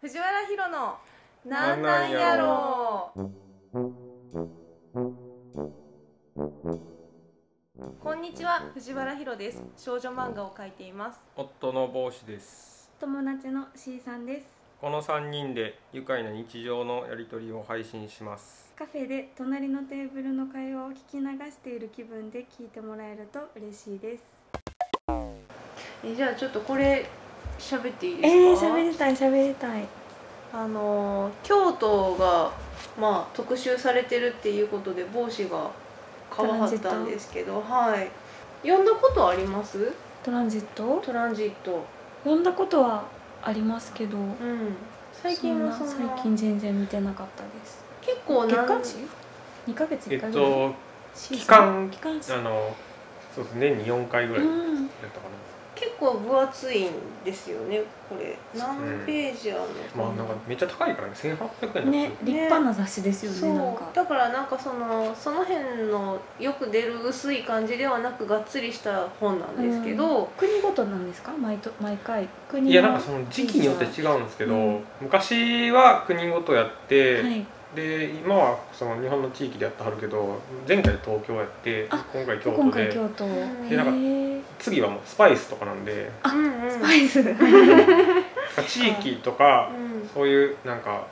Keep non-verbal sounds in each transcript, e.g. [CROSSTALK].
藤原ヒロのなんなんやろうこんにちは藤原ヒロです少女漫画を描いています夫の帽子です友達の C さんですこの3人で愉快な日常のやり取りを配信しますカフェで隣のテーブルの会話を聞き流している気分で聞いてもらえると嬉しいですえじゃあちょっとこれ喋っていいえでー、すか、喋りたい喋りたいあのー京都がまあ特集されてるっていうことで帽子が買わはったんですけどはい読んだことありますトランジットトランジット読んだことはありますけどうん最近はそんなそんな最近全然見てなかったです結構月なん刊誌2ヶ月えっ1回ぐらい、とシーズン期間期間誌あのそうですね年に4回ぐうらいやっんたか結構分厚いんですよねこれ何ページあるのな、まあなんかめっちゃ高いからね1800円だったんねですよ立派な雑誌ですよねそうなんかだからなんかそのその辺のよく出る薄い感じではなくがっつりした本なんですけど、国ごとなんですか毎と毎回国のいやなんかその時期によって違うんですけど、うん昔は国ごとやって、はいで今はその日本の地域でやってはるけど前回東京やってあ今回京今都回で京都うんでなんかへー次はもうスパイスとかなん [LAUGHS] であうんうんスパイス地域とかうんそういうなんか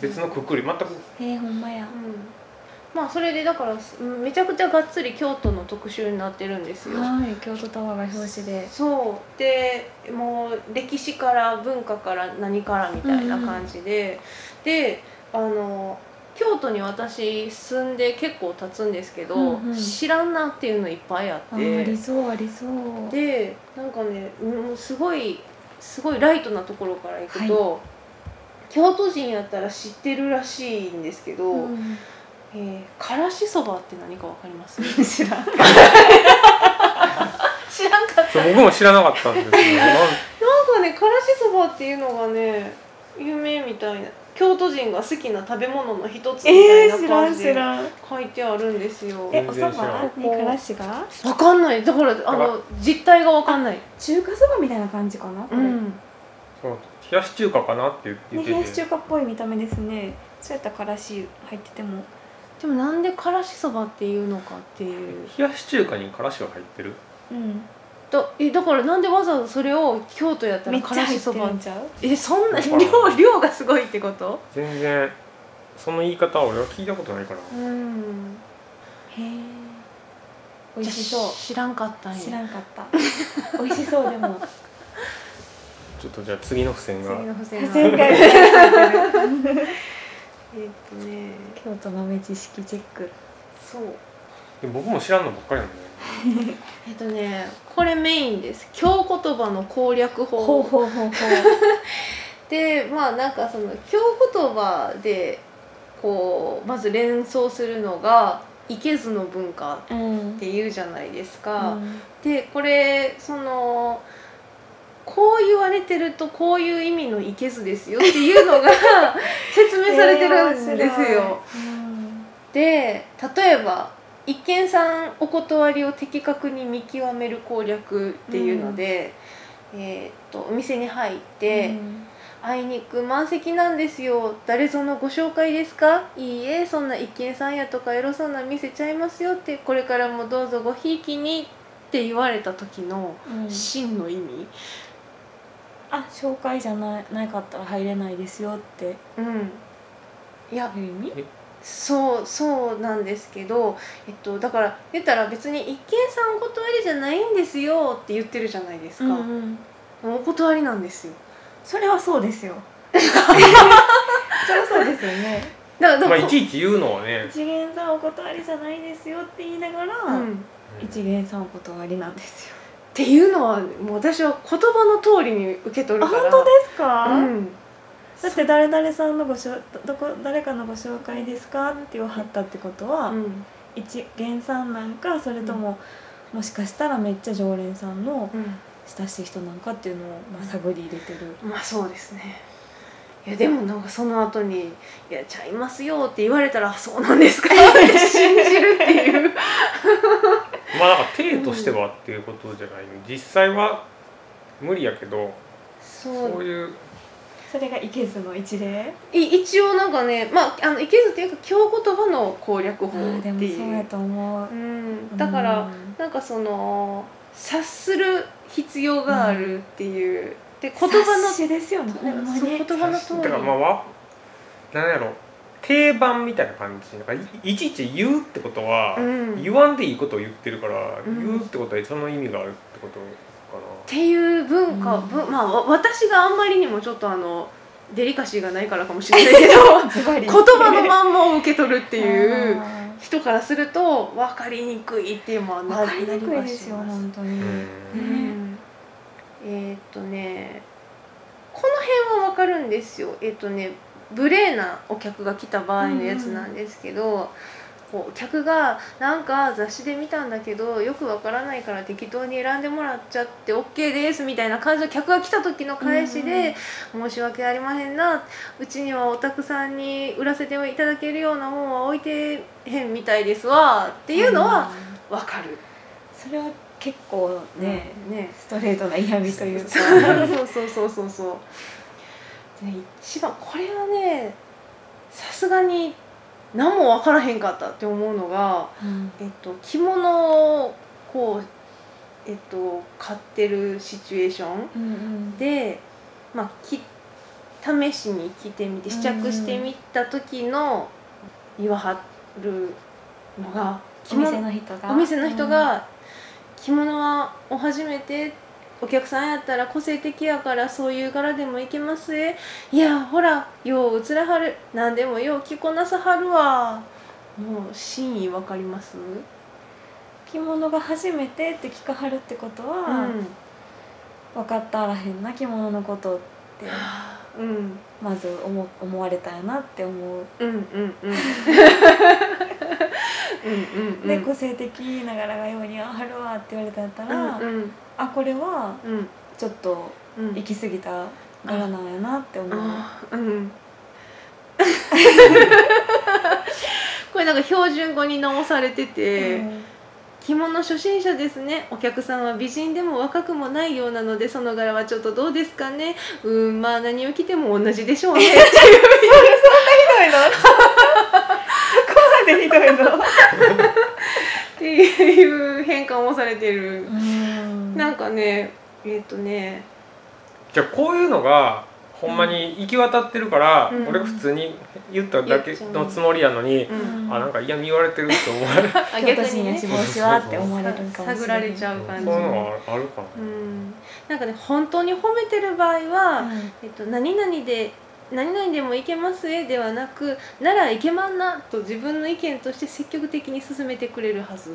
別のくくり全くえー、ほんまやうんまあそれでだからうんめちゃくちゃがっつり京都の特集になってるんですよ。はい京都タワーが表紙でそうでもう歴史から文化から何からみたいな感じで、であの京都に私住んで結構経つんですけど、うんうん知らんなっていうのいっぱいああっーあてりそうありそうでなんかねうんすごいすごいライトなところから行くと、京都人やったら知ってるらしいんですけど。うんえー、からしそばって何かわかります [LAUGHS] [LAUGHS] 知らん知らんかったそう僕も知らなかったんですけどなんなんかねからしそばっていうのがね有名みたいな京都人が好きな食べ物の一つみたえいー、な知ら感んじ知でらん書いてあるんですよえ全お然そ知らばんにからしがわかんないだからあの実態がわかんない中華そばみたいな感じかなこうれ、んそう冷やし中華かなって言ね、って、冷やして中華っぽい見た目ですねそうやったらからし入っててもでもなんでからしそばっていうのかっていう冷やし中華にからしが入ってるうんだえだからなんでわざわざそれを京都やっためらっちかゃらし入ってそばるんちゃうえそんなわからん量量がすごいってこと全然その言い方は俺は聞いたことないから、うんへえ美味しそ知らんかったんうや知らんかった美味しそうで [LAUGHS] もちょっとじゃあ次の付箋が次の付箋前が回 [LAUGHS] えっとね京都豆知識チェックそうで僕も知らんのばっかりなんだよねえっとねこれメインです京言葉の攻略法ほうほうほうほうでまあなんかその京言葉でこうまず連想するのがいけずの文化うんっていうじゃないですうか、んでこれそのこう言われてるとこういう意味のいけずですよっていうのが [LAUGHS] 説明されてるんですえー面よ白。いうんで例えば一見さんお断りを的確に見極める攻略っていうので、えーっとお店に入って、うんあいにく満席なんですよ誰ぞのご紹介ですかいいえそんな一見さんやとかエロそうな見せちゃいますよってこれからもどうぞごひいきにって言われた時のうん真の意味、あ紹介じゃないなかったら入れないですよっていううん、いや意味そうそうなんですけど、えっと、だから言ったら別に一見さんお断りじゃないんですよって言ってるじゃないですか、うんうんお断りなんですよそれは [LAUGHS] そうですよそれはそうですよねだからだ [LAUGHS] まかあら、いちいち言うのはね一元さんお断りじゃないですよって言いながら、うん、っ一元さんお断りなんですよていうのはもう私は言葉の通りに受け取るあから本当ですか、うん、だって誰々さんのごしょどこ誰かのご紹介ですかって言わはったってことは、うん一元さんなんかそれとも、もしかしたらめっちゃ常連さんの親しい人なんかっていうのを、まあ、探り入れてる、まあそうですねいやでもなんかその後に「いやちゃいますよ」って言われたらあ「そうなんですか」って信じるって [LAUGHS] いうまあなんか体としてはっていうことじゃない、実際は無理やけどそうそういうそれがいけずの一例い一応なんかねまああのいけずっていうか強言葉の攻略法あーってでもいそうやうと思うう、ん、だから、うんなんかその察する必要があるっていう、で言葉の察しですよねほんまにそう言葉の通りだからまあわなんやろ定番みたいな感じなんかいいちいち言うってことは、うん言わんでいいことを言ってるから、うん言うってことはその意味があるってことかなっ。ていう文化、うんぶまあわ私があんまりにもちょっとあのデリカシーがないからかもしれないけ [LAUGHS] どズバリ言葉のまんまを受け取るってい [LAUGHS] あうー人からすると分かりにくいっていうのはわかりにくいですよなりはします本当に、ううんんえーっとねこの辺は分かるんですよえーっとね無礼なお客が来た場合のやつなんですけど、こう客がなんか雑誌で見たんだけどよくわからないから適当に選んでもらっちゃって OK ですみたいな感じの客が来た時の返しで、申し訳ありませんなうちにはおたくさんに売らせていただけるようなもんは置いてへんみたいですわっていうのはんわかる、それは結構ね、ねストレートな嫌味というかそうそうそうそうそうで一番これはねさすがに何も分からへんかったって思うのが、うんえっと、着物をこう、えっと、買ってるシチュエーションうんうんで、まあ、き試しに着てみて試着してみた時の言わはるのがお店の人がお店の人、が「着物はお初めてお客さんやったら個性的やからそういう柄でもいけますえいやほらよう映らはる何でもよう着こなさはるわ」もう真意わかります、うん着物が初めてって聞かはるってことうは、ん分かったあらへんな着物のことってうんまず思思われたよなって思う、うん [LAUGHS] うんうんうんうんうんで個性的な柄がようにあはるわって言われたんやったうら、んうんあこれはうんちょっとうん行き過ぎた柄なんやなって思う、あーうん [LAUGHS] これなんか標準語に直されてて、 [LAUGHS] うん着物初心者ですねお客さんは美人でも若くもないようなのでその柄はちょっとどうですかねうーんまあ何を着ても同じでし [LAUGHS] ょうねひどいのそこまでひどいのっていう変換をされてる、うんなんかねえっ、とねじゃあこういうのがほんまに行き渡ってるから、うん俺普通に言っただけのつもりやのに、うんあなんか嫌み言われてるって思わ [LAUGHS] れるあ京都人やしさ帽子はって思われるんかもしれない探られちゃう感じそういうのはあるかうな、んなんかね本当に褒めてる場合は、えっと、何々で何々でもいけますえではなくならいけまんなと自分の意見として積極的に進めてくれるはず、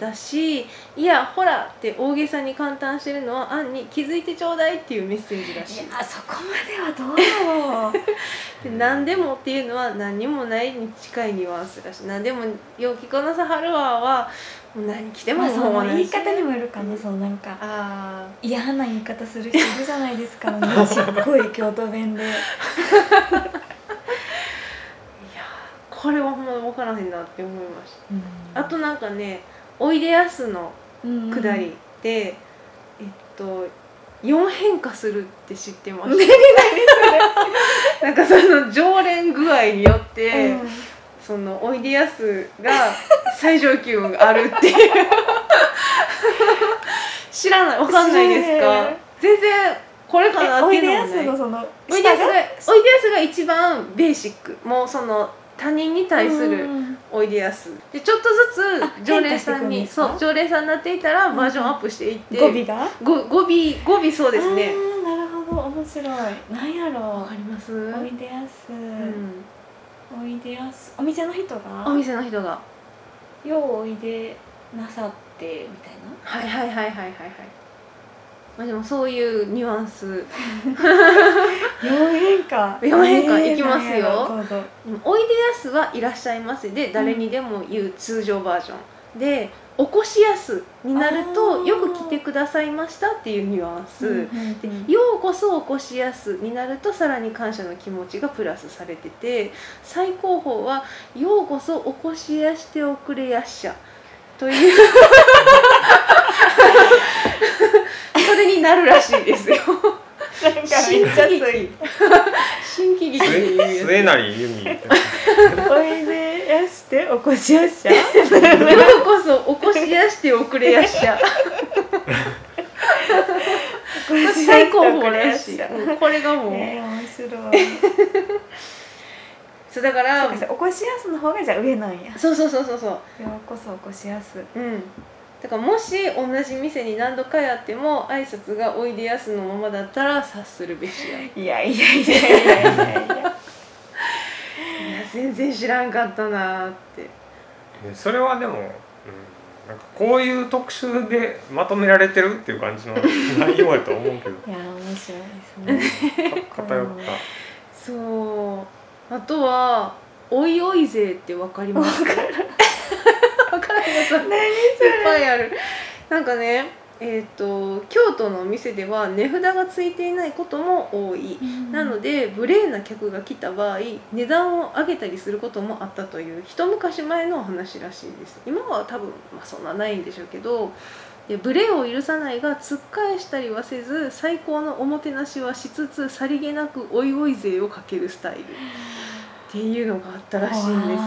だしいやほらって大げさに簡単してるのは案に気づいてちょうだいっていうメッセージだいしやそこまでは [LAUGHS] どうだろうで何でもっていうのは何にもないに近いニュアンスだし何でもよう着こなさはるわはもう何着てまもあそのう言い方にもあよるかなそうなんかあ嫌な言い方する人いるじゃな [LAUGHS] いですかもうちっこい京都弁でーいやーこれはほんま分からへんなって思いましたあとなんかね「おいでやす」のく下りで、えっと4変化するって知ってま [LAUGHS] 何し何た [LAUGHS] なんかその常連具合によって、うんそのおいでやすが最上級あるっていう知らないわかんないです知らなかい全然これかえなっおていいうでのやもすないのそのおいでやす下がおいでやすが一番ベーシックもうその他人に対すうるんおいでやすでちょっとあずつ常連さん変に化していくんでそすかう常連さんになっていたらバージョンアップしていって、語尾がご語尾語尾そうですねあーなるほど面白いなんやろりますうおいでやす、うん、おいでやすお店の人がお店の人がようおいでなさってみたいなはいはいはいはいはいはいまあでもそういうニュアンス4変化四変化えーいきますよなんやろどうぞうんおいでやすはいらっしゃいますで誰にでも言う通常バージョンで起こしやすになるあとーよく来てくださいましたっていうニュアンス、でうんようこそ起こしやすになるとさらに感謝の気持ちがプラスされてて最高峰はようこそ起こしやしておくれやっしゃというそれになるらしいですよなんかめっちゃつい新喜劇って [LAUGHS] いうやつ末成由美みたいおいでやしておこしやっしゃようこそ起こしやして遅れやっしゃ最高峰らしいうんこれがもう、えー、面白いそそううだからかそうおこしやすの方がじゃあ上なんやよそうそうそうそうそううこそおこしやすうんだからもし同じ店に何度かやっても挨拶がおいでやすのままだったら察するべしやいいやいやいやいやいやいやや全然知らんかったなーってなねそれはでも、うん、なんかこういう特集でまとめられてるっていう感じの内容やと思うけどいや面白いですうんねか偏ったそうあとは「おいおい勢」ってわかりますかわ [LAUGHS] からないやついっぱいあるなんかねえっ、と京都のお店では値札がついていないことも多い、なので無礼な客が来た場合値段を上げたりすることもあったという一昔前のお話らしいです今は多分、まあ、そんなないんでしょうけどで無礼を許さないが突っ返したりはせず最高のおもてなしはしつつさりげなくおいおい勢をかけるスタイルっていうのがあったらしいんですよ。だか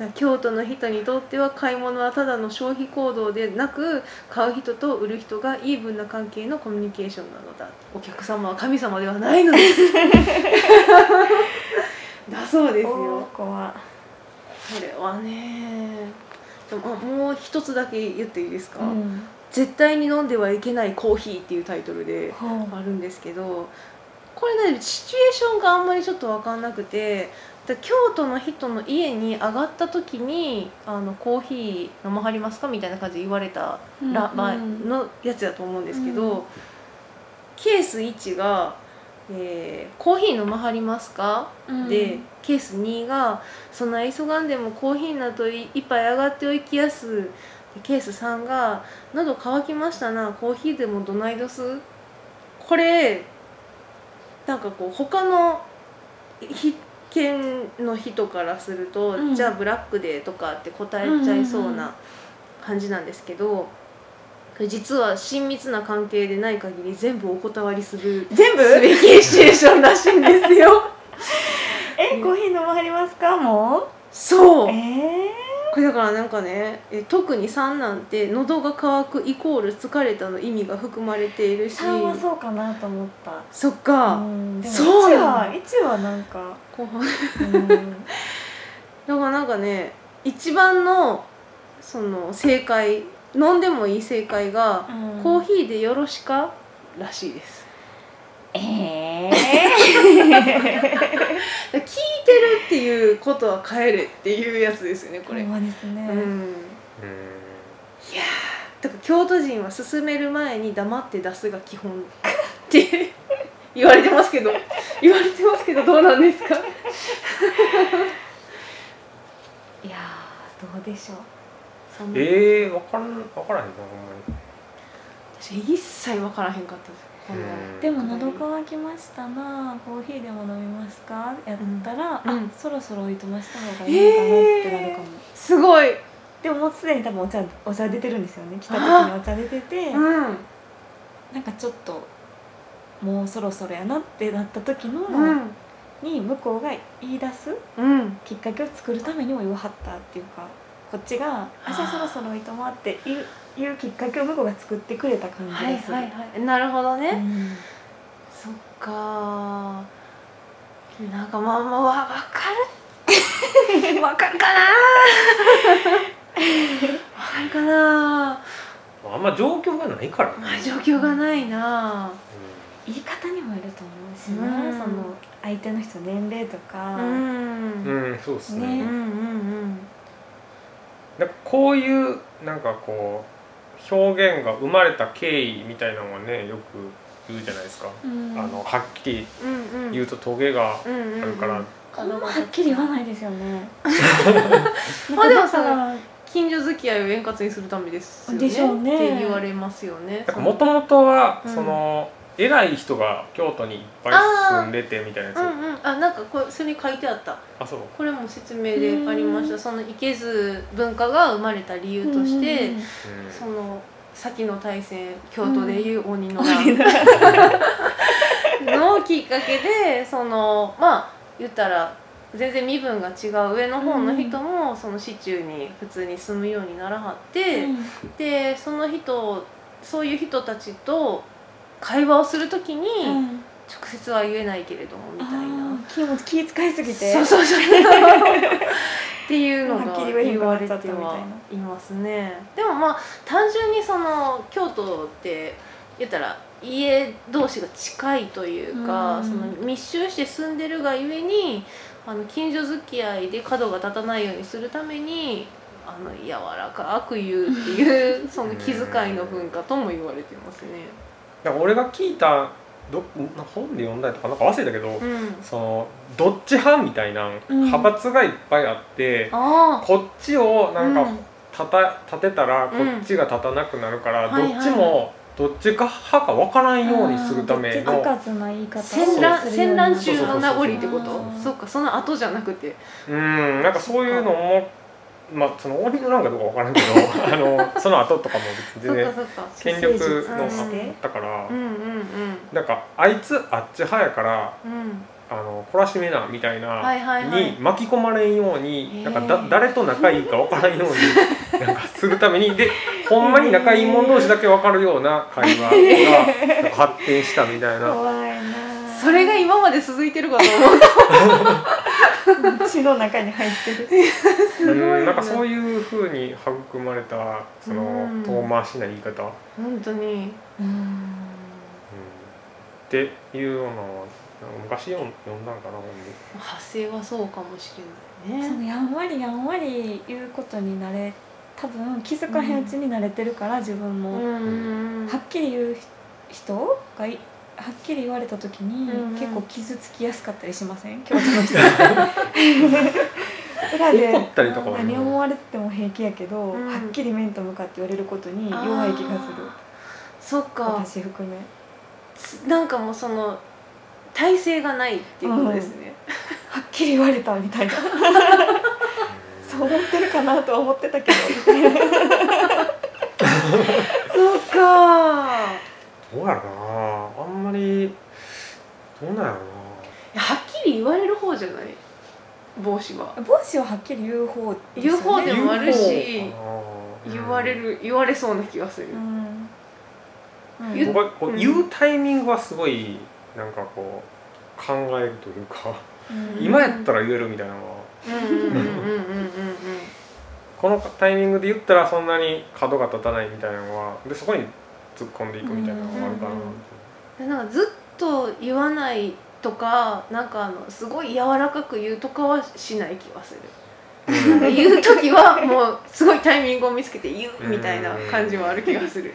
ら京都の人にとっては買い物はただの消費行動でなく買う人と売る人がイーブンな関係のコミュニケーションなのだお客様は神様ではないのです [LAUGHS] だそうですおよー怖それはねでもあもう一つだけ言っていいですか、うん絶対に飲んではいけないコーヒーっていうタイトルでほうあるんですけどこれねシチュエーションがあんまりちょっと分かんなくてだ京都の人の家に上がった時に「あのコーヒー飲まはりますか?」みたいな感じで言われたら、うんまあうんのやつだと思うんですけど、うんケース1が、えーコーヒー飲まはりますか?」で、ケース2が「そんな急がんでもコーヒーなどい一杯上がっておいきやす」でケース3が「喉乾きましたなコーヒーでもどないどす」これなんかこう他の必見の人からすると「うんじゃあブラックで」とかって答えちゃいそうな感じなんですけど。これ実は親密な関係でない限り全部お断りする全 [LAUGHS] 部すべきシチュエーションらしいんですよえコーヒー飲まはりますかもそううえこれだからなんかねえ特に3なんて喉が渇くイコール疲れたの意味が含まれているー、し3はそうかなと思ったそっか、うんでもそう1なは1はなんか、こうだうん、からなんかね一番のその正解飲んでもいい正解が、コーヒーでよろしからしいですえ [LAUGHS] だから聞いてるっていうことは帰れっていうやつですよねー、これ、ほんまですね、うんういやーだから京都人は進める前に黙って出すが基本って言われてますけど言われてますけどどうなんですかいやーどうでしょうそんんなえー、分からん分からへんなほんまに私一切分からへんかったですこのうんでも喉乾きましたなコーヒーでも飲みますかやったら、うんうんあそろそろおいとました方がいいのかなってなるかも、すごいでももうすでに多分お茶お茶出てるんですよね来た時にお茶出ててうんなんかちょっともうそろそろやなってなった時の、うんに向こうが言い出すうんきっかけを作るためにも言わはったっていうかこっちが「あじゃあそろそろいいとも」っていういうきっかけを向こうが作ってくれた感じはいでするはいはいなるほどね、うんそっかーなんかまあまあわわかる [LAUGHS] わかるかなーわかるかなあんま状況がないからね、ーまあ状況がないな言い方にもよると思うしうんなその相手の人の年齢とか、ーうんうんうん、そうですねうねんうんなんかこういうなんかこう表現が生まれた経緯みたいなのはねよく言うじゃないですか、うんあのはっきりうんうん言うとトゲがうんうんあうんるから、こんなはっきり言わないです [LAUGHS] よねまあでもさなんか近所付き合いを円滑にするためですよねでしょうねって言われますよねなんかもともとはうんその、偉い人が京都にいっぱい住んでてみたいなやつうんうんあなんかこれそれに書いてあったあそうこれも説明でありましたそのいけず文化が生まれた理由として、ううんんその先の大戦京都でいう鬼の乱、鬼ののきっかけでそのまあ言ったら全然身分が違う上の方の人も、その市中に普通に住むようにならはって、でその人そういう人たちと会話をするときに、うん直接は言えないけれどもみたいなあ。ー気も気使いすぎてそうそう [LAUGHS] そうっていうのはっがきり言え言なくなわっれちてゃったみたいなはいますねでもまあ単純にその京都って言ったら家同士が近いというか、うんその密集して住んでるがゆえにあの近所付き合いで角が立たないようにするためにあの柔らかく言うって [LAUGHS] いうその気遣いの文化とも言われてますね。なんか俺が聞いたどなんか本で読んだりとかなんか忘れたけど、うん、そのどっち派みたいなうん派閥がいっぱいあって、あこっちをなんかうん立た立てたらこうんっちが立たなくなるから、はいはいどっちもどっちか派か分からんようにするためあーどっのちかかずな言い方あを戦乱するよう戦にな乱中の名残るってことそうそうそうそうそっかその後じゃなくてうんなんかそういうのもまあその俺のなんかどうか分からんけ [LAUGHS] どあのその後とかも別そにっ全かそ然っか権う力のん派だったから、うんうんうんなんかあいつあっち派やからうんあの懲らしめなみたいな、はいはいはいに巻き込まれんようにへーなんかだ誰と仲いいか分からんよう [LAUGHS] になんかするためにでほんまに仲いい者同士だけ分かるような会話がなんか発展したみたいな。怖いなそれが今まで続いてるかと思 [LAUGHS] った血の中に入ってる [LAUGHS] すごいうんなんかそういう風に育まれたそのうん遠回しな言い方、うん、っ本当にうんていうようなのはなんか昔読ん読んだんかな本 [LAUGHS] で。発生はそうかもしれないそのねやんわりやんわり言うことに慣れ多分気づかへんうちに慣れてるから自分うも、んうんうんはっきり言う人がいはっきり言われた時に、うんうん結構傷つきやすかったりしま [LAUGHS] せん京都の人裏で怒ったりとかはね何思われても平気やけど、うんはっきり面と向かって言われることに弱い気がするあーそっか私含めつなんかもうその体勢がないっていうことですね、はっきり言われたみたいなそう思ってるかなとは思ってたけどみたいなそっかどうやろなあんまりどうなんやろいやはっきり言われる方じゃない帽子は [LAUGHS] 帽子ははっきり言う方ですよ言ねう方でな。もあるし言う方かな言われる、言われそうな気がする、うんうん言僕はこううん言うタイミングはすごいなんかこう考えるというか [LAUGHS] うん今やったら言えるみたいなのはうんうんうんうんうんうんこのタイミングで言ったらそんなに角が立たないみたいなのはでそこに突っ込んでいくみたいなのがあるかなうんうんうんでなんかずっと言わないとかなんかあのすごい柔らかく言うとかはしない気がする [LAUGHS] 言う時はもうすごいタイミングを見つけて言うみたいな感じはある気がする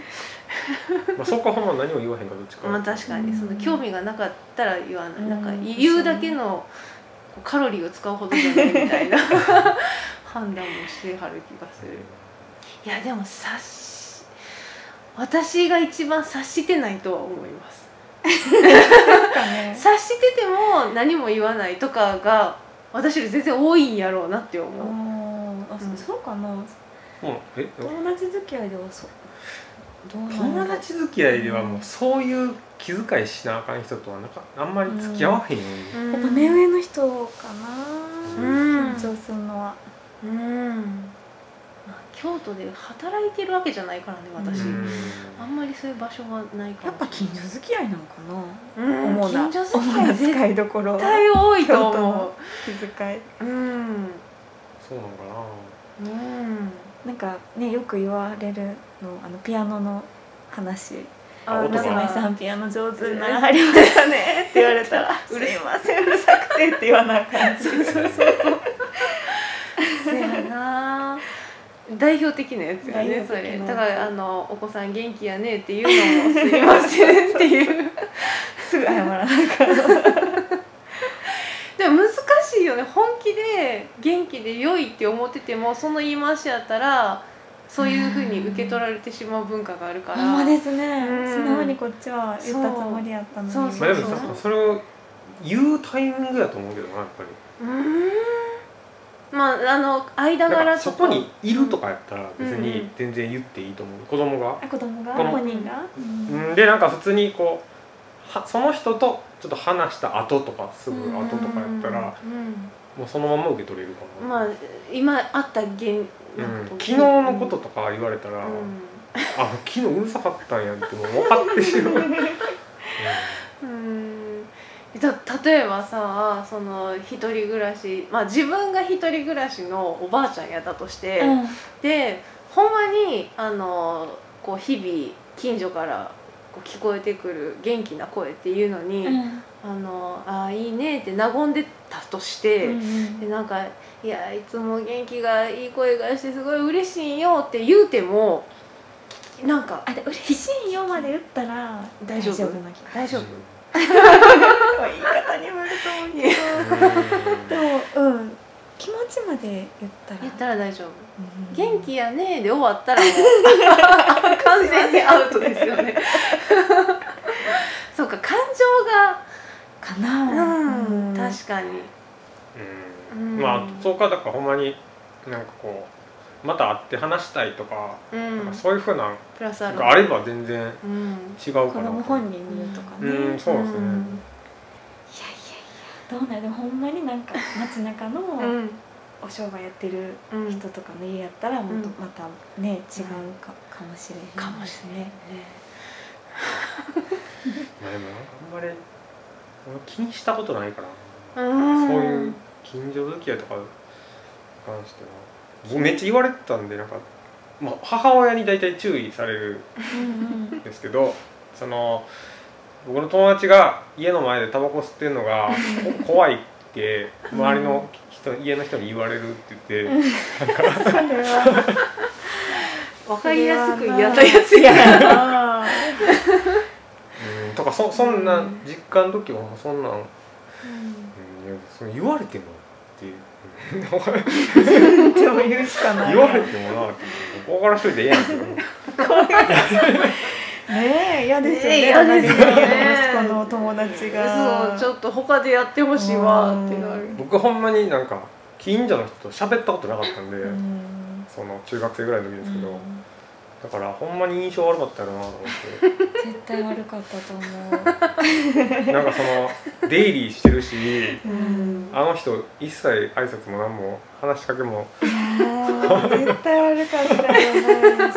まあそこはほんま何も言わへんかどっちかまあ確かにその興味がなかったら言わない、うんなんか言うだけのこうカロリーを使うほどじゃないみたいな判断もしてはる気がするいやでも察し私が一番察してないとは思いますですかね察してても何も言わないとかが私より全然多いんやろうなって思う、あーあそうんそうかなうんえ友達付き合いではそうどうな友んだろう達付き合いではもうそういう気遣いしなあかん人とはなんかあんまり付き合わへんようにうんやっぱ目上の人かうんな緊張するのはうんまあ京都で働いてるわけじゃないからね私、うんあんまりそういう場所はないからやっぱ近所付き合いなのかなうん主な近所付き主合ない絶使いどころは対多いと思気遣いううんそうなのかうんなんかねよく言われるのあのピアノの話あ「男娘がさんピアノ上手にならはりましたね」 [LAUGHS] って言われたら「ううるるいませんうるさくて」って言わなあかんし [LAUGHS] なそうそうそうやな代表的なやつや代ねそ表的なれやつだからあのお子さん元気やねっていうのもすいませんっていうすぐ謝らなあかんでも難しいよね本気で元気で良いって思っててもその言い回しやったらそういうふうに受け取られてしまう文化があるからほんまですね、うん素直にこっちは言ったつもりやったのにそうまあでもそうさそれを言うタイミングやと思うけどなやっぱりうーんまああの間なん柄かとそかこにいるとかやったら別うんうんに全然言っていいと思う子供があ子供がこの本人が、ううんんでなんか普通にこうはその人とちょっと話した後とかすぐ後とかやったら、うんもうそのまま受け取れるかも、まあ今あった現うん、昨日のこととか言われたら、あ昨日うるさかったんやってもう分かってしまう、うんうん、うん、だ例えばさその一人暮らし、まあ、自分が一人暮らしのおばあちゃんやったとして、うんでほんまにあのこう日々近所からこう聞こえてくる元気な声っていうのに「うんあのあーいいね」って和んでたとして。うんでなんか「いやいつも元気がいい声がしてすごい嬉しいよ」って言うてもなんかあで嬉しいよまで打ったら大丈夫な気が大丈夫言い方にもよると思うけどでもうん気持ちまで言ったら言ったら大丈夫「うん元気やね」で終わったらもう [LAUGHS] 完全にアウトですよねそうか感情かながうん、うん確かにうんまあそうかだからほんまになんかこうまた会って話したいとか,、うなんんかそういうふうなプラスアなんルかあれば全然うん違うかな子供本人に言うとかね、うんうんそうでんすねいやいやいやどうなるでもほんまになんか街中のうんお商売やってるうん人とかの家やったらもっとうんまたね違うかかもしれへんかもしれないねまあでもなんかあんまり俺気にしたことないから、うんそういう近所付き合いとかに関しては僕めっちゃ言われてたんでなんか、まあ、母親に大体注意されるうんうんんですけどその僕の友達が家の前でタバコ吸ってるの [LAUGHS] がこ怖いって周りの人家の人に言われるって言ってそれ [LAUGHS] はわかりやすくやったやつややなうんとかそそんな実家の時はそんなん、うん、いやその言われてもっていうでも言うしかない言われてもなって僕からしといてええやんって思う。ねえ嫌ですよねえ嫌ねですよね隣の息子のお友達そがうちょっと他でやってほしいわってなる僕ほんまになんか近所の人と喋ったことなかったんで、うんその中学生ぐらいの時ですけど、うんだからほんまに印象悪かったよなと思っ絶対悪かったと思うてなんかその出入りしてるしうんあの人一切挨拶も何も話しかけも、いやー絶対悪かったよね一生うん、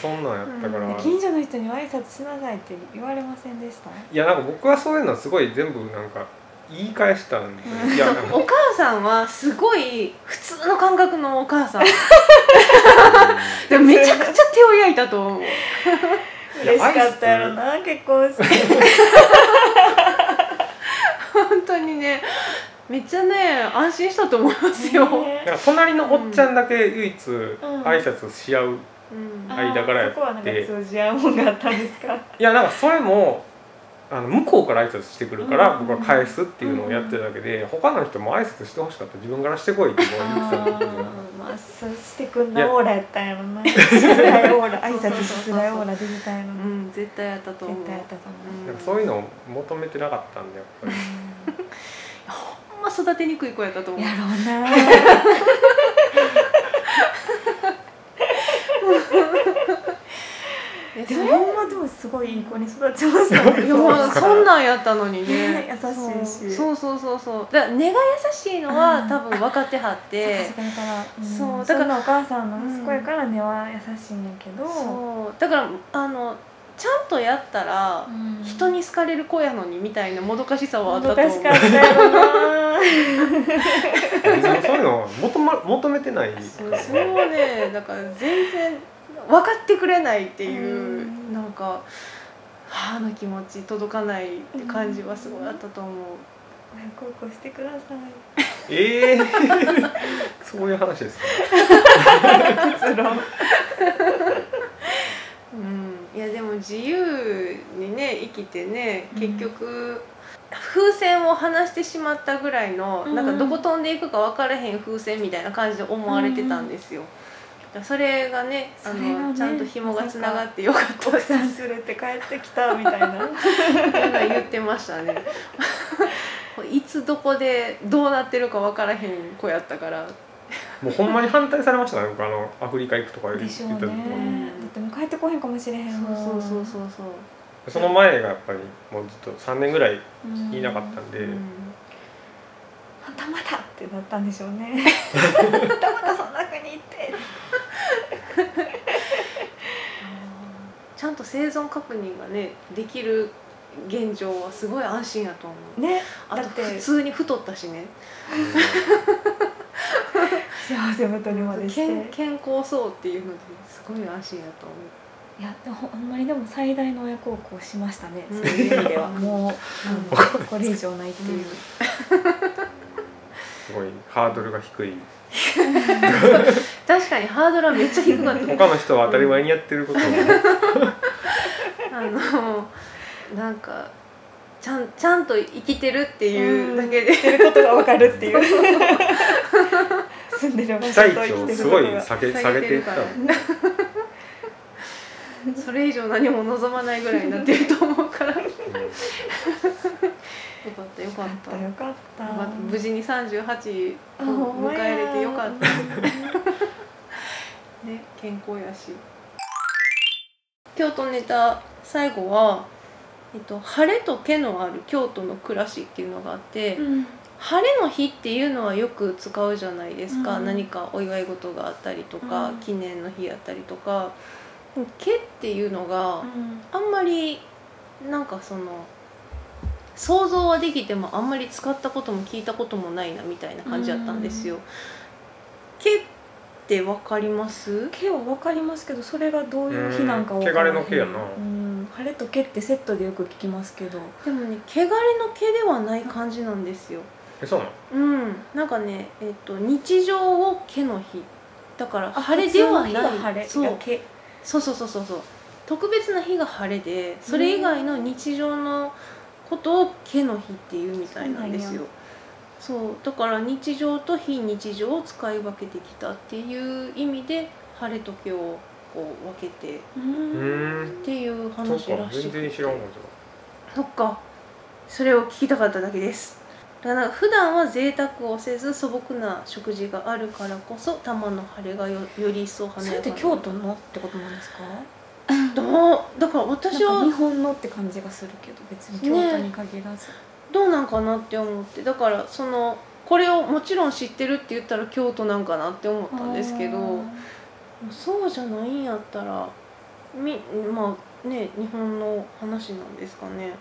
そんなんやったから、うんい近所の人に挨拶しなさいって言われませんでしたやなんか僕はそういうのはすごい全部なんか言い返したんで、いやなんか [LAUGHS] お母さんはすごい普通の感覚のお母 [LAUGHS] さんでもめちゃくちゃ手を焼いたと思うや嬉しかったやろな結婚して本当にねめっちゃね安心したと思いますよ、 [LAUGHS] なんか隣のおっちゃんだけ唯一ん挨拶し合う、うん、あ間からやってそこはなんか通じ合うもんがあったんですかいやなんかそれもあの向こうから挨拶してくるからうん僕は返すっていうのをやってるだけで、他の人も挨拶してほしかった自分からしてこいって僕は言ってたんだけどまあそうしてくんなオーラやったんやろなし [LAUGHS] づらいオーラ挨拶しづらいオーラ出てたんやろう、なん絶対やったと思う絶対やったと思うなんかそういうのを求めてなかったんだよやっぱほんま育てにくい子やったと思うやろうなえでそもれほんまでもすごいいい子に育ちましたねいやまあそんなんやったのにねね優しいしそうそうそうそうそうだから根が優しいのうはん多分分かってはっそてうかそうかだから、うん、そうだだかかららお母さんの息子やから根は優しいんやけど、そうだからあのちゃんとやったら、うん人に好かれる子やのにみたいなもどかしさはあもったどとか思しうかった [LAUGHS] よなり別にそういうのを求,、ま、求めてないからそうそれもねだから全然分かってくれないっていうう、んなんか母の気持ち届かないって感じはすごいあったと思う、親孝行してくださいええー、そういう話ですか結論うん、いやでも自由にね生きてね結局、風船を離してしまったぐらいの、うんなんかどこ飛んでいくか分からへん風船みたいな感じで思われてたんですよ、だからそれがねあのそれがねちゃんと紐がつながってよかった奥さん連れて帰ってきたみたいななんか言ってました [LAUGHS] ねいつどこでどうなってるか分からへん子やったからもうほんまに反対されましたね僕あのアフリカ行くとか言っでてしたょうとねこだってもう帰ってこへんかもしれへんそうもんそうそうそうそうその前がやっぱりもうずっと3年ぐらいうんいなかったんで、うんまたまたってなったんでしょうねまたまたそんな国行ってちゃんと生存確認がねできる現状はすごい安心やと思うねあとだって普通に太ったしね幸せ太りまでして健健康そうっていうのですごい安心やと思ういやでもほんまにでも最大の親孝行しましたね、うんそういう意味ではもうわあのこれ以上ないっていう、すごいハードルが低い確かにハードルはめっちゃ低かった他の人は当たり前にやってることを、 [LAUGHS] あのなんかちゃんちゃんと生きてるっていうだけで、してることがわかるっていう [LAUGHS] 住んでる場期所と待生値きをてるすこごといが下げ下げていったの [LAUGHS] それ以上何も望まないぐらいになってると思うからよかったよかっよかったたよかったよかった無事に38をあほん迎まやえれてよかったはね健康やし京都ネタ最後は、えっと「晴れと毛のある京都の暮らし」っていうのがあって、うん晴れの日っていうのはよく使うじゃないですか、うん何かお祝い事があったりとか、うん記念の日やったりとかでも毛っていうのがうんあんまりなんかその想像はできてもあんまり使ったことも聞いたこともないなみたいな感じだったんですよ。毛ってわかります毛は分かりますけどそれがどういう日なんかはうん汚れの毛やなうん晴れと毛ってセットでよく聞きますけどでもね汚れの毛ではない感じなんですよえそうなのうんなんかねえっ、と日常を毛の日だから晴れではない普通の日が晴れそうが毛そうそうそうそうそう特別な日が晴れでそれ以外の日常のことを毛の日っていうみたいなんですよそうだから日常と非日常を使い分けてきたっていう意味で晴れと毛をこう分けてっううーんていうそ話うからし全く然て知らんわそっかそれを聞きたかっただけですだからなんか普段は贅沢をせず素朴な食事があるからこそ玉の晴れがよより一層華そやれっかてに京都のってことなんですかどうだから私なんか日は本のって感じがするけど別に京都に限らず、どうなんかなって思ってだからそのこれをもちろん知ってるって言ったら京都なんかなって思ったんですけどそうじゃないんやったらみまあね日本の話なんですかね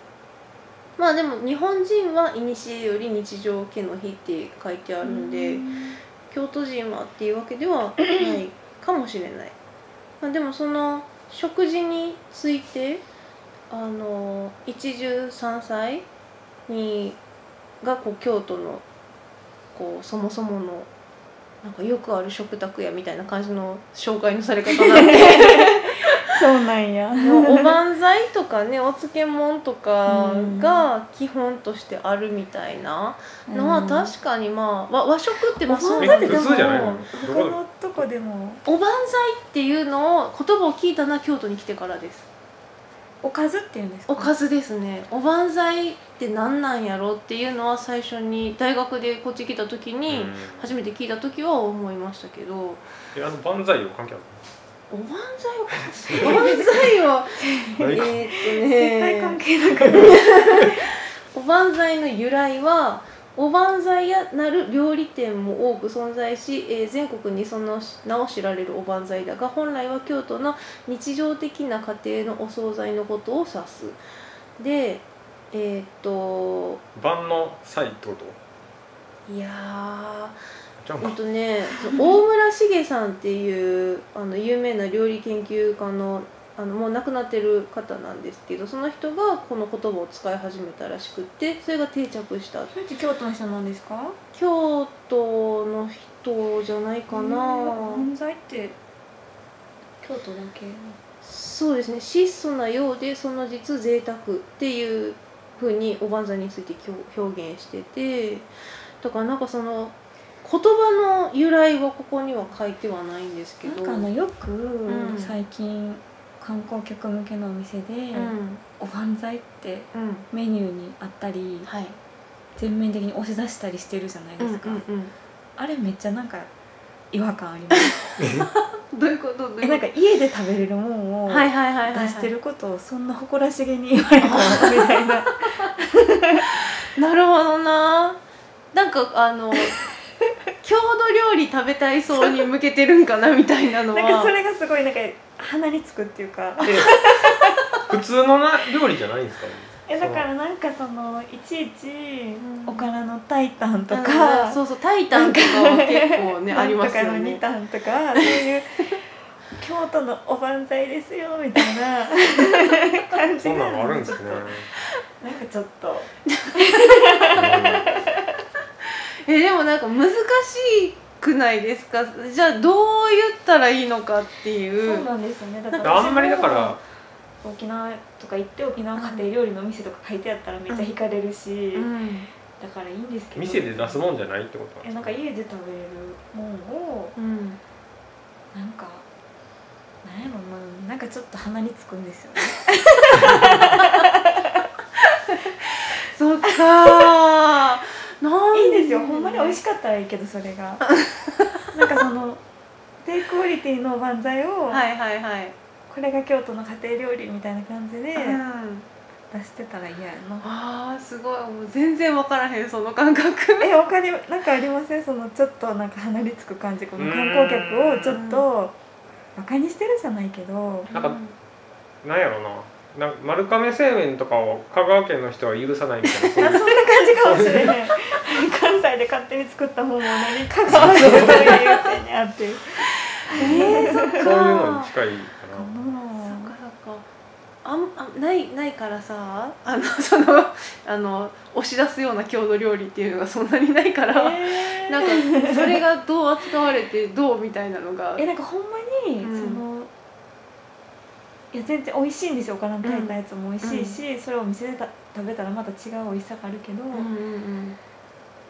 まあでも日本人は古より日常家の日って書いてああるんで、京都人はっていうわけで [CLEARS THROAT] はないかもしれない、まあ、でもその食事についてあの一汁三菜にがこう京都のこうそもそものなんかよくある食卓やみたいな感じの紹介のされ方なん [LAUGHS] でそうなん [LAUGHS] やもうおばんざいとかねお漬物とかが基本としてあるみたいなのは確かにまあ和和食ってまあおばそんうざないんってで普ででもも通じゃないのどこで他ものとこでもおばんざいっていうのを言葉を聞いたのは京都に来てからですおかずっていうんですかおかずですねおばんざいって何なんやろっていうのは最初に大学でこっち来た時にうん初めて聞いた時は思いましたけどえあの万歳よ関係あおばんざいをおばんざいはるえな [LAUGHS] いか絶対ーっとね関係なく [LAUGHS] ないおばんざいの由来はおばんざいやなる料理店も多く存在し、えー全国にその名を知られるおばんざいだが本来は京都の日常的な家庭のお惣菜のことを指すでえーっと万の歳ってこといやじゃ [LAUGHS] あーうんとね大村茂さんっていうあの有名な料理研究家のあのもう亡くなってる方なんですけどその人がこの言葉を使い始めたらしくってそれが定着したそれって京都の人なんですか京都の人じゃないかな、犯罪って京都だけそうですね質素なようでその実贅沢っていうふうにおばんざいについてきょ表現しててだからなんかその言葉の由来はここには書いてはないんですけなどんかあのよくん最近観光客向けのお店でうんおばんざいってうんメニューにあったりはい全面的に押し出したりしてるじゃないですかうんうん [LAUGHS] あれめっちゃなんか違和感ありますうんどういうことどういうことえなんか家で食べれるもんをはいはいはいはい、は出い、してることをそんな誇らしげに言われてもみた [LAUGHS] いななるほどななんかあ [LAUGHS] の郷土料理食べたいそうに向けてるんかなみたいなのはなんかそれがすごいなんか鼻につくっていうか普通のな料理じゃないんですかえだからなんかそのいちいちんおからのタイタンとなんかそうそう「タイタン」とかは結構ねなあんりとますかよの二ねタンとかそういう京都のおばんざいですよみたい [LAUGHS] な感じそんなのあがるんですね。なんかちょっとえでもなんか難しくないですかじゃあどう言ったらいいのかっていうそうなんですよね [LAUGHS] だうんあんまりだから沖縄とか行って沖縄家庭料理の店とか書いてあったらめっちゃ惹かれるし、うんだからいいんですけど店で出すもんじゃないってことえななんんでかすか。家で食べれるもんをうんなんかなんやろななんかちょっと鼻につくんですよねそっかーなん [LAUGHS] いいんですよほんまに美味しかったらいいけどそれ [LAUGHS] がなんかその低クオリティの万歳を、はいはいはい、これが京都の家庭料理みたいな感じでうん、出してたら嫌やな [LAUGHS] あーすごいもう全然分からへんその感覚えわかりなんかありませんそのちょっとなんか離れつく感じこの観光客をちょっとバカにしてるじゃないけどなんかなんやろな。なんか丸亀製麺とかを香川県の人は許さないみたいな。そういう [LAUGHS] あそんな感じかもしれない [LAUGHS] 関西で勝手に作ったものを何かが合わせるという点にあ [LAUGHS] ってるえー、そっかそういうのに近そっいかな。かなかそっかあんあないないからさあのそのあの押し出すような郷土料理っていうのがそんなにないから、えーなんかそれがどう扱われてどうみたいなのがえなんかほんまに、うんそのいや全然美味しいんですよおからの炊いたやつも美味しいし、それをお店でた食べたらまた違う美味しさがあるけど、うんうん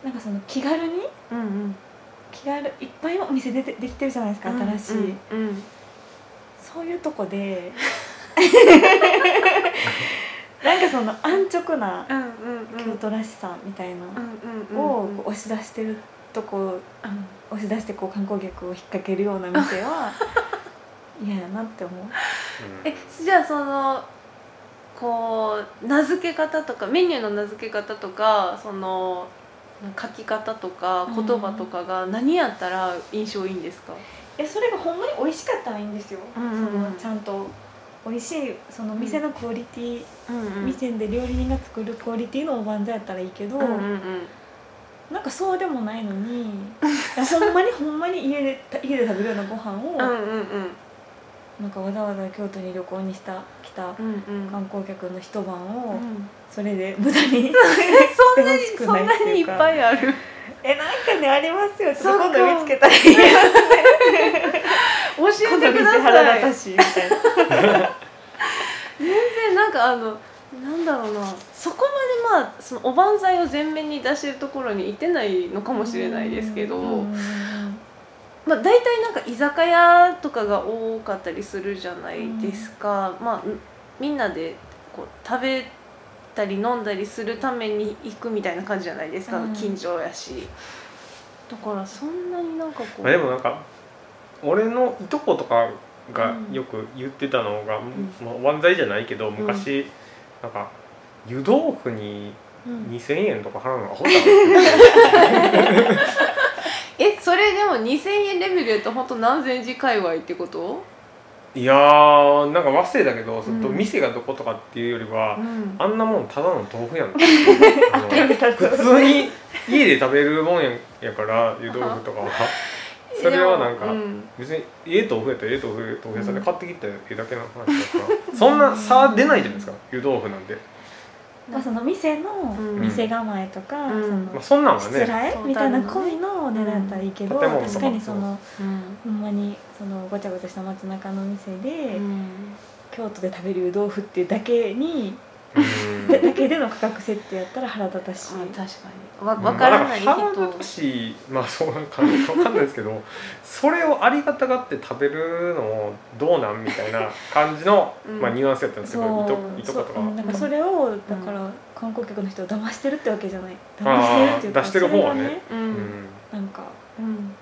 なんかその気軽にうんうん気軽いっぱいお店ででできてるじゃないですかうん新しい、うんうんそういうと [LAUGHS] こで [LAUGHS] なんかその安直なうんうんうん京都らしさみたいなうんうんうんをうんこう押し出してるとこ押し出してこう観光客を引っ掛けるような [LAUGHS] 店は嫌やなって思う。うんえじゃあそのこう名付け方とかメニューの名付け方とかその書き方とかうん言葉とかが何やったら印象いいんですか、いやそれがほんまに美味しかったらいいんですよ、うんうんうんそのちゃんと美味しいその店のクオリティ、うんうん店で料理人が作るクオリティのおばんざいやったらいいけど、うんうんうんなんかそうでもないのにいやほんまにほんまに家で家で食べるようなご飯を、うんうんうんなんかわざわざ京都に旅行にした来うたんうん観光客の一晩うをんそれで無駄に [LAUGHS] そんなにしそてほしくないんっていうかなにいっぱいあるえなんかねありますよちょそっとっ今か度見つけたらいいや教え今て度く見だせさ腹い立たしいみたいな全然なんかあのなんだろうなそこまでまあそのおばんざいを前面に出してるところに行ってないのかもしれないですけど、うんまあ、大体なんか居酒屋とかが多かったりするじゃないですか、まあ、みみんなでこう食べたり飲んだりするために行くみたいな感じじゃないですか、うん近所やしだからそんなになんかこう、まあでもなんか俺のいとことかがよく言ってたのが、んもう万歳じゃないけど昔、なんか湯豆腐にうん2,000円とか払うのがほらいえそれでも2,000円レベルやとほんと何千字界隈ってこと、やーなんか忘れたけど、そうん店がどことかっていうよりは、んあんなもんただの豆 [LAUGHS] 腐やんあの食べた普通に家で食べるもんややから湯豆腐 [LAUGHS] とかはそれはなんか、でもうん別に家豆腐やったら家豆腐豆腐屋さんで買ってきたらええだけの話だから、そんな差出ないじゃないですか湯豆腐なんて、まあその店の、うん店構えとか、うんそまあ、のそんなんはしつねらえみたいな込みの値段だったらいいけど、うん建物とか確かにそそのうんほんまにそのごちゃごちゃした街中の店で、うん京都で食べる湯豆腐っていうだけに、うんだけでの価格設定やったら腹立たしい、あ確かにわ分からない人、まあだから腹立たしいまあそうなんかわかんないですけどそれをありがたがって食べるのもどうなんみたいな感じの、うんまあ、ニュアンスやったんですけどいとういとことかそううんなんかそれをだから観光客の人を騙してるってわけじゃない騙してるっていうかあー出してる方はねそれうがうんんなんかうん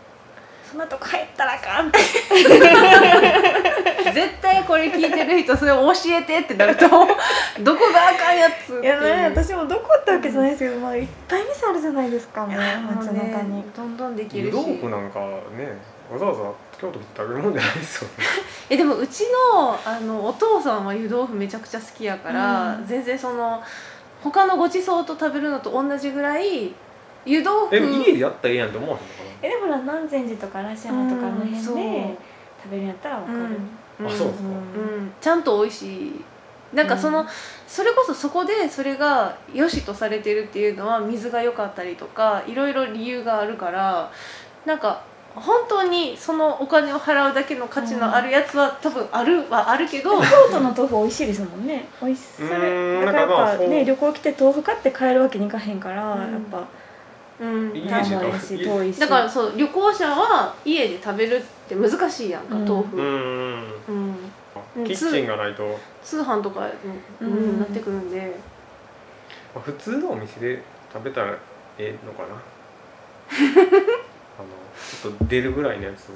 そんなとこ入ったらあかんって絶対これ聞いてる人それ教えてってなる [LAUGHS] と思うどこがあかんやつっていやねう私もどこってわけじゃないですけど、まあ、いっぱい店あるじゃないですかもう街もう中ねに。どんどんでき湯るし豆腐なんかねわざわざ京都行って食べるもんじゃないですよねえでもうちのあのお父さんは湯豆腐めちゃくちゃ好きやから、うん全然その他のごちそうと食べるのと同じぐらい湯豆腐え家でやったらええやんって思わへんのかえでもほら南禅寺とか嵐山とかあの辺で食べるんやったらわかる、うんなあうんそうですか、うん、ちゃんと美味しいなんかその、うんそれこそそこでそれが良しとされてるっていうのは水が良かったりとかいろいろ理由があるからなんか本当にそのお金を払うだけの価値のあるやつは多分あるはあるけど、京都の豆腐美味しいですもんね美味しそうれーんだからなんかまあやっぱそうね旅行来て豆腐買って帰るわけにいかへんから、うんやっぱうん、いいタンねもいいし家遠いしだからそう旅行者は家で食べるって難しいやんか、うん豆う腐、んうん、うんキッチンがないと、通販とかに、うんうんなってくるんでまあ普通のお店で食べたらええの [LAUGHS] かなあのちょっと出るぐらいのやつを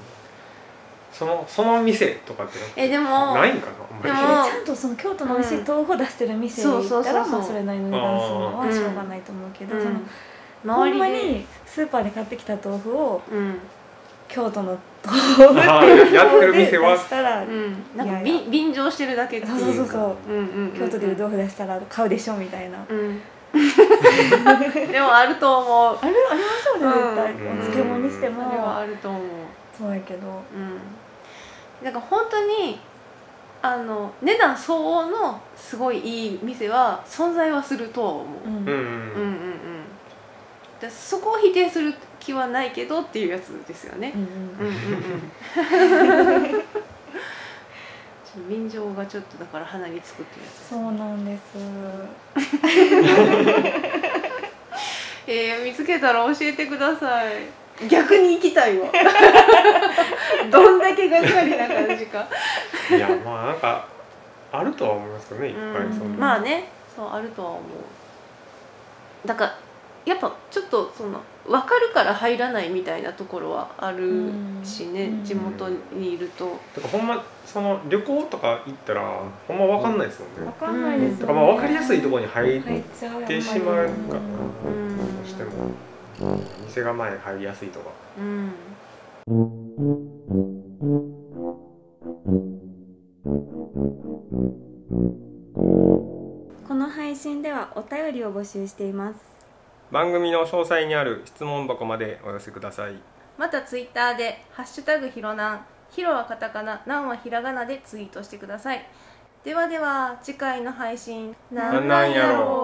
そのその店とかってえでもないんかなあんまりでえもちゃんとその京都の美味しい豆腐を出してる店に行ったら、うんまあ、それなりの値段するのはしょうがないと思うけど、うそのん、ほ周んまりで、にスーパーで買ってきた豆腐をうん京都の [LAUGHS] あーやってる店は出 [LAUGHS] したら、うん、なんかいやいやびん便乗してるだけっていそうそうそうそううんうんうんうん京都で豆腐出したら買うでしょみたいな、うん、でもあると思うあれありますよね絶対、うんお漬物にしても、あれはあると思うそうやけどうんなんか本当にあの値段相応のすごいいい店は存在はするとは思う、うんうんううんん、うんうんでそこを否定する気はないけどっていうやつですよねう、んうんうんうん [LAUGHS] ちょっと便乗がちょっとだから鼻につくっていうやつですそねうなんですえー、見つけたら教えてください逆に行きたい [LAUGHS] わどんだけがかりな感じか、いやまあなんかあるとは思いますけどねいっぱいその、うんんまあねそうあるとは思うだからやっぱちょっとその分かるから入らないみたいなところはあるしね、うん地元にいると、だからほんまその旅行とか行ったらほんまわかんないですもんね、わかんないですよ、だかねらまあわかりやすいところろに入っ入っちゃうてしまうかな、うんどうしても店構え入りやすいとかうん、この配信ではお便りを募集しています番組の詳細にある質問箱までお寄せくださいまたツイッターで「ハッシュタグひろなん」ひろはカタカナ、なんはひらがなでツイートしてください。ではでは、次回の配信、なんなんやろう